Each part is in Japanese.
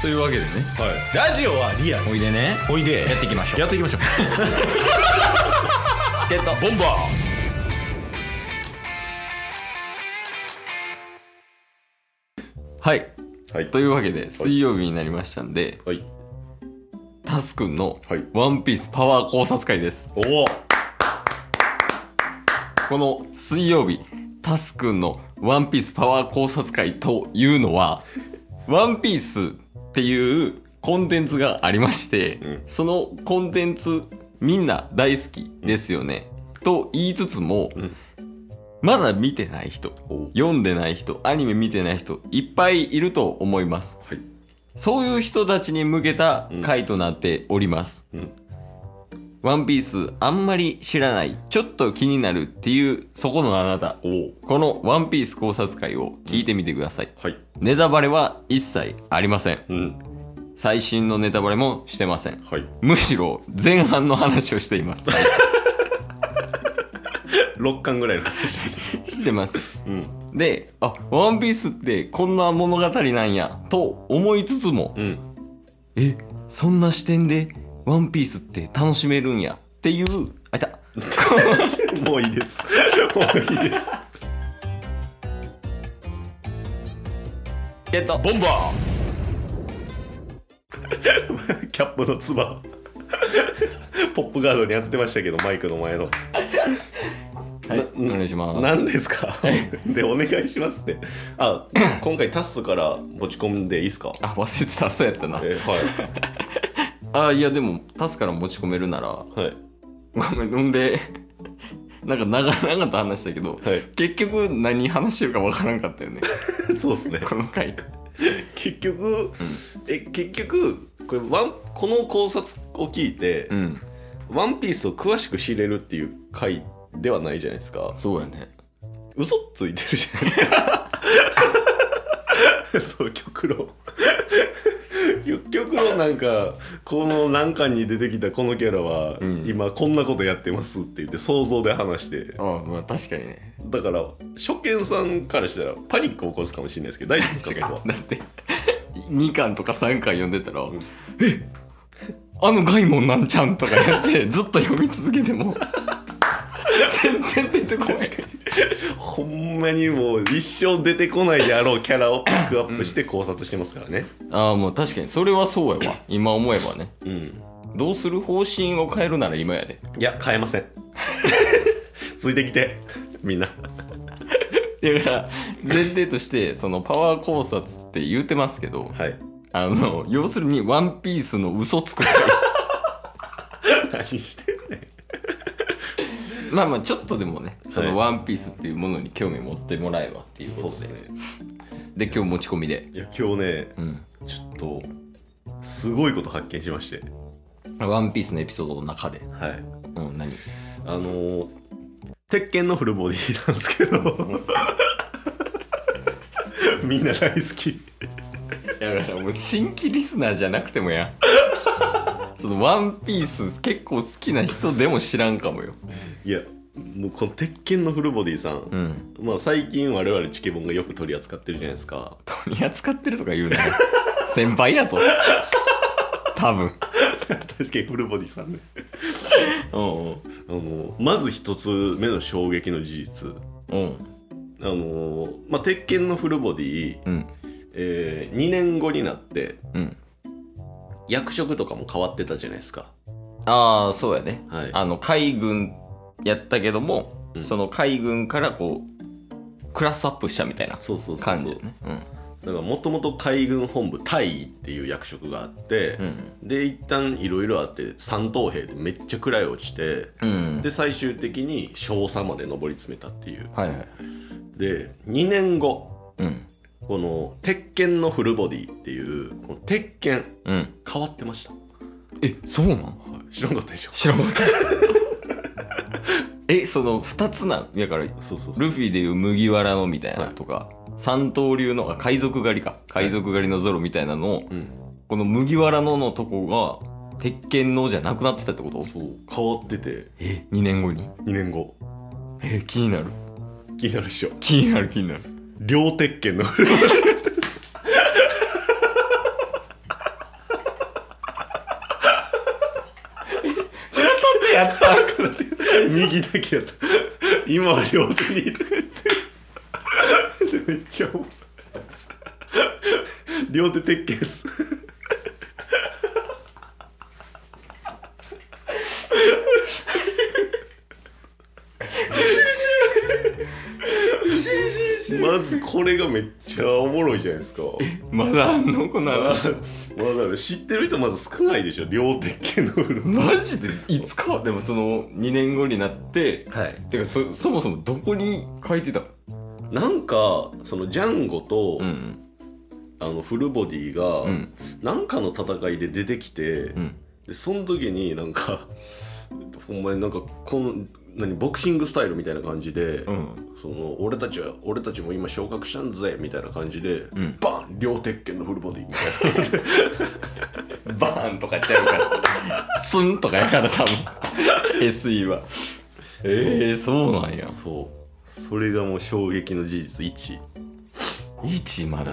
というわけでねはい、ラジオはリアルおいでねおいでやっていきましょうやっていきましょうゲットボンバはいーはいというわけで水曜日になりましたんで、はいタスくんのはいワンピースパワー考察会ですおおこの水曜日タスくんのワンピースパワー考察会というのはワンピースっていうコンテンツがありまして、うんそのコンテンツみんな大好きですよね、と言いつつも、うんまだ見てない人おはい読んでない人アニメ見てない人いっぱいいると思いますそういう人たちに向けた回となっております、うんワンピースあんまり知らないちょっと気になるっていうそこのあなたおおこのワンピース考察会を聞いてみてください、はいネタバレは一切ありませんうん最新のネタバレもしてませんはいむしろ前半の話をしています6巻ぐらいの話 してますうんであワンピースってこんな物語なんやと思いつつもうんえそんな視点でワンピースって楽しめるんやっていうあいたもういいですもういいですゲットボンバーキャップのつばポップガードにやってましたけどマイクの前のはいお願いします何ですかでお願いしますってあ今回タッスから持ち込んでいいですかあ忘れてたそうやったなえはあいやでもタスから持ち込めるならいはいごめん飲んで なんか長々と話したけど、はい結局何話してるかわからんかったよね そうですねこの回結局、え結局これワンこの考察を聞いてう、んワンピースを詳しく知れるっていう回ではないじゃないですかそうやね嘘ついてるじゃないですかそう極論 極論なんかこの何巻に出てきたこのキャラは、うん今こんなことやってますって言って想像で話してあまあ確かにねだから初見さんからしたらパニック起こすかもしれないですけど大丈夫ですかそこはだって2巻とか3巻読んでたら「んえあのガイモンなんちゃん」とかやって ずっと読み続けても全然出てこないほんまにもう一生出てこないであろうキャラをピックアップして考察してますからねああもう確かにそれはそうやわ今思えばねうん、どうする方針を変えるなら今やでいや変えません ついてきてみんなだから前提としてそのパワー考察って言うてますけどはいあの要するに「ワンピースの嘘つく回何してんね んまあまあちょっとでもねそはいの「ワンピースっていうものに興味持ってもらえばっていうことで,、で今日持ち込みでいや今日ねうんちょっとすごいこと発見しましてワンピースのエピソードの中で。はいうん、何あのー鉄拳のフルボディなんですけ どみんな大好きだからもう新規リスナーじゃなくても や。そのワンピース結構好きな人でも知らんかもよ。いやもうこの鉄拳のフルボディさん、うん。まあ最近我々チケボンがよく取り扱ってるじゃないですか取り扱ってるとか言うなよ。 先輩やぞ。多分。確かにフルボディさんねうんあのまず一つ目の衝撃の事実うん。うん。あのまあ鉄拳のフルボディ、うん。え2年後になってうん。役職とかも変わってたじゃないですかああ、そうやね。はいあの、海軍やったけども、うんその海軍からこう、クラスアップしたみたいなそうそうそう感そじうよね。うん。だからもともと海軍本部大尉っていう役職があって、うん。で一旦いろいろあって三等兵でめっちゃ位落ちてうん。で最終的に少佐まで上り詰めたっていうはいはい。で2年後うん。この鉄拳のフルボディっていうこの鉄拳うん。変わってました、え、そうなん知らなかったでしょ知らなかった えその2つなんやからそうそうそうルフィでいう麦わらのみたいなはいとか、三刀流のあ海賊狩りか海賊狩りのゾロみたいなのを、うん、この麦わらののとこが鉄拳のじゃなくなってたってことそう変わっててえ2年後に2年後え気になる気になるでしょ気になる気になる両鉄拳のフルボディ右だけやった 今は両手にとか言ってめっちゃおもろい両手鉄拳っすまずこれがめっちゃおもろいじゃないですかまだあんのこのまあ話だから知ってる人まず少ないでしょ両鉄拳の裏マジでいつかでもその2年後になってはいてかそそもそもどこに書いてたのなんかそのジャンゴと、んあのフルボディが、うんなんかの戦いで出てきて、うんでその時になんかほんまになんかこの何ボクシングスタイルみたいな感じで、うんその俺たちは俺たちも今昇格したんぜみたいな感じで、んバン両鉄拳のフルボディみたいなバーンとかやっちゃうから スンとかやから多分 SE はえー、そうなんやそうそれがもう衝撃の事実1、 1まだ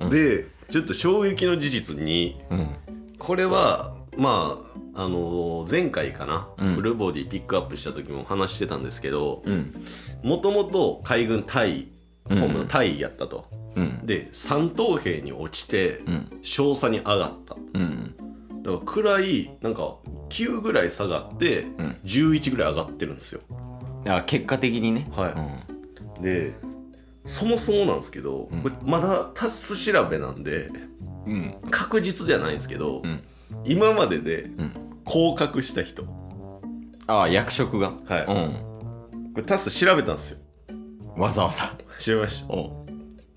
うんでちょっと衝撃の事実2うんこれはまああの前回かな、うんフルボディピックアップした時も話してたんですけどうんもともと海軍タイうん本部のタイやったと、うんで三等兵に落ちてうん少佐に上がったうんだからくらいなんか9ぐらい下がってん11ぐらい上がってるんですよあ結果的にねはいうんでそもそもなんですけど、うんこれまだタス調べなんでうん確実じゃないんですけど、うん今まででうん降格した人こああ役職がはいうれタス調べたんですよんわざわざ調べましたお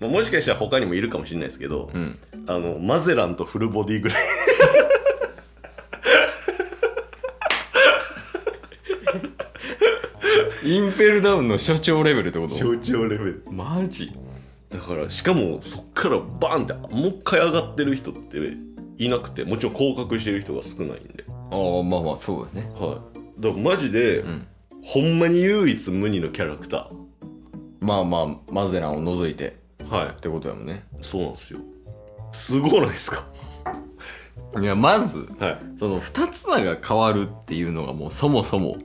まあもしかしたら他にもいるかもしれないですけど、うんあのマゼランとフルボディぐらいインペルダウンの所長レベルってこと長レベルマジだからしかもそっからバーンってもう一回上がってる人っていなくてもちろん降格してる人が少ないんでああまあまあそうだねはいだからマジで、んほんまに唯一無二のキャラクタまあまあマゼランを除いてーはいってことやもんねそうなんですよすごないですかいやまずはいその二つ名が変わるっていうのがもうそもそも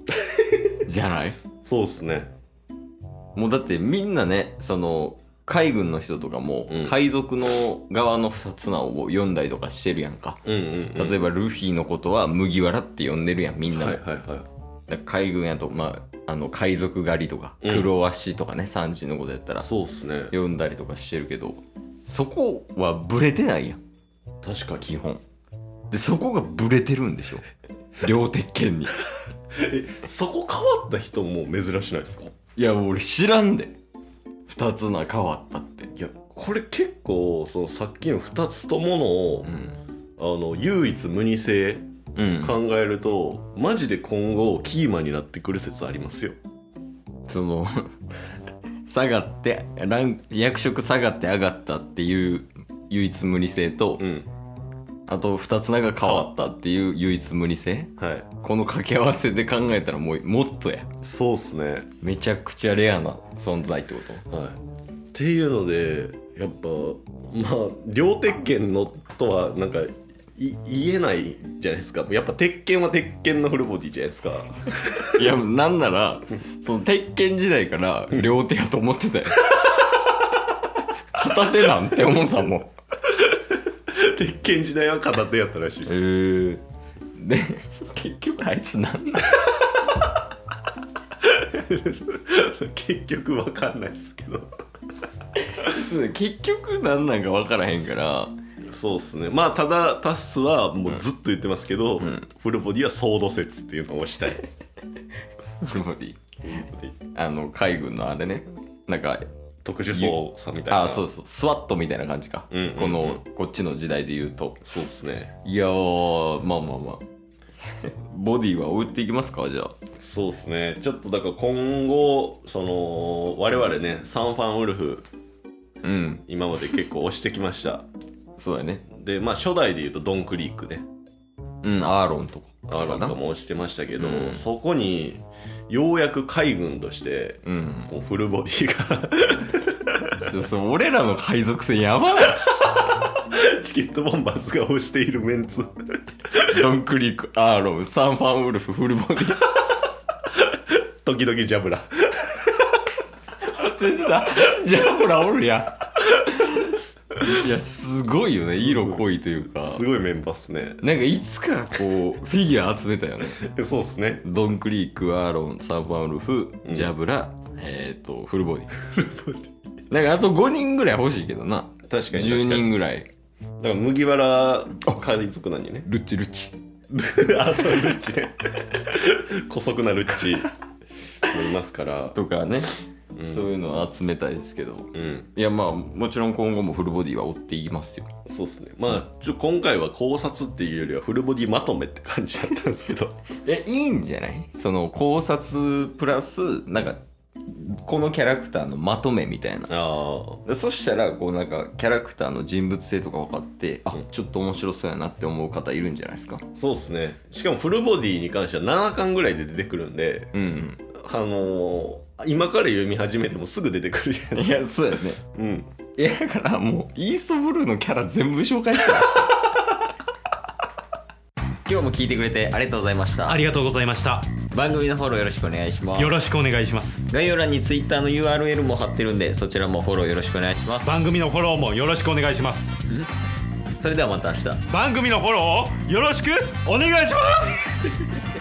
じゃないそうっすねもうだってみんなねその海軍の人とかも、うん海賊の側の二つ名を読んだりとかしてるやんかうんうん、うん、例えばルフィのことは麦わらって呼んでるやんみんなも、はいはいはいだから海軍やと、まあ、あの海賊狩りとかうん黒足とかね、三時のことやったらそうっすね読んだりとかしてるけどそこはブレてないやん確 かに基本でそこがブレてるんで しょ両鉄拳にそこ変わった人も珍しないですかいや俺知らんで二つ名変わったっていやこれ結構そのさっきの2つとものを、うんあの唯一無二性うん考えると、マジで今後キーマンになってくる説ありますよその下がってラン役職下がって上がったっていう唯一無二性と、んあと二つ名が変わったっていう唯一無二性はいこの掛け合わせで考えたらもうもっとやそうっすねめちゃくちゃレアな存在ってことはいっていうのでやっぱまあ両鉄拳のとはなんかい言えないじゃないですかやっぱ鉄拳は鉄拳のフルボディじゃないです かいやなんならその鉄拳時代から両手やと思ってたよ片手なんて思ったもん鉄拳時代は片手やったらしいでえすー、で結局あいつなんなん 結局わかんないですけど結局なんなんか分からへんからそうっすねまあただタスはもうずっと言ってますけど、んフルボディはソード説っていうのをしたいフルボディあの海軍のあれねなんか 特殊操作みたいなあそうそうスワットみたいな感じか、うんうんうんこのこっちの時代で言うとそうっすねいやーまあまあま あボディは追っていきますかじゃあそうっすねちょっとだから今後その我々ねサンファンウルフうん今まで結構押してきましたそうだねでまあ初代で言うとドンクリークねうんアーロンとかアーロンとかも押してましたけうど、んそこにようやく海軍としてうんこうフルボディがちょそう俺らの海賊船やばない チケットボンバーズが押しているメンツ ドンクリークアーロンサンファンウルフフルボディ時々ジャブラ全然だ ジャブラおるやんいやすごいよねすごい色濃いというかすごいメンバーっすねなんかいつかこうフィギュア集めたよねそうっすねドンクリークアーロンサンファンウルフうんジャブラ、えっ、とフルボディなんかあと5人ぐらい欲しいけどな確かに10確かに人ぐらいだから麦わら海賊なんにねルッチルッチ あそうルッチね 古速なルッチもいますからとかね、んそういうのを集めたいですけどうんいやまあもちろん今後もフルボディは追っていきますよそうっすねまあちょ今回は考察っていうよりはフルボディまとめって感じだったんですけどえいいんじゃないその考察プラスなんかこのキャラクターのまとめみたいなあでそしたらこうなんかキャラクターの人物性とか分かってあうんちょっと面白そうやなって思う方いるんじゃないですかあそうっすねしかもフルボディに関しては7巻ぐらいで出てくるんでうんあのー今から読み始めてもすぐ出てくるじゃうなんいいやそうやねうんいやだからもうイーストブルーのキャラ全部紹介した今日も聞いてくれてありがとうございましたありがとうございました番組のフォローよろしくお願いしますよろしくお願いします概要欄に Twitter の URL も貼ってるんでそちらもフォローよろしくお願いします番組のフォローもよろしくお願いしますそれではまた明日番組のフォローをよろしくお願いします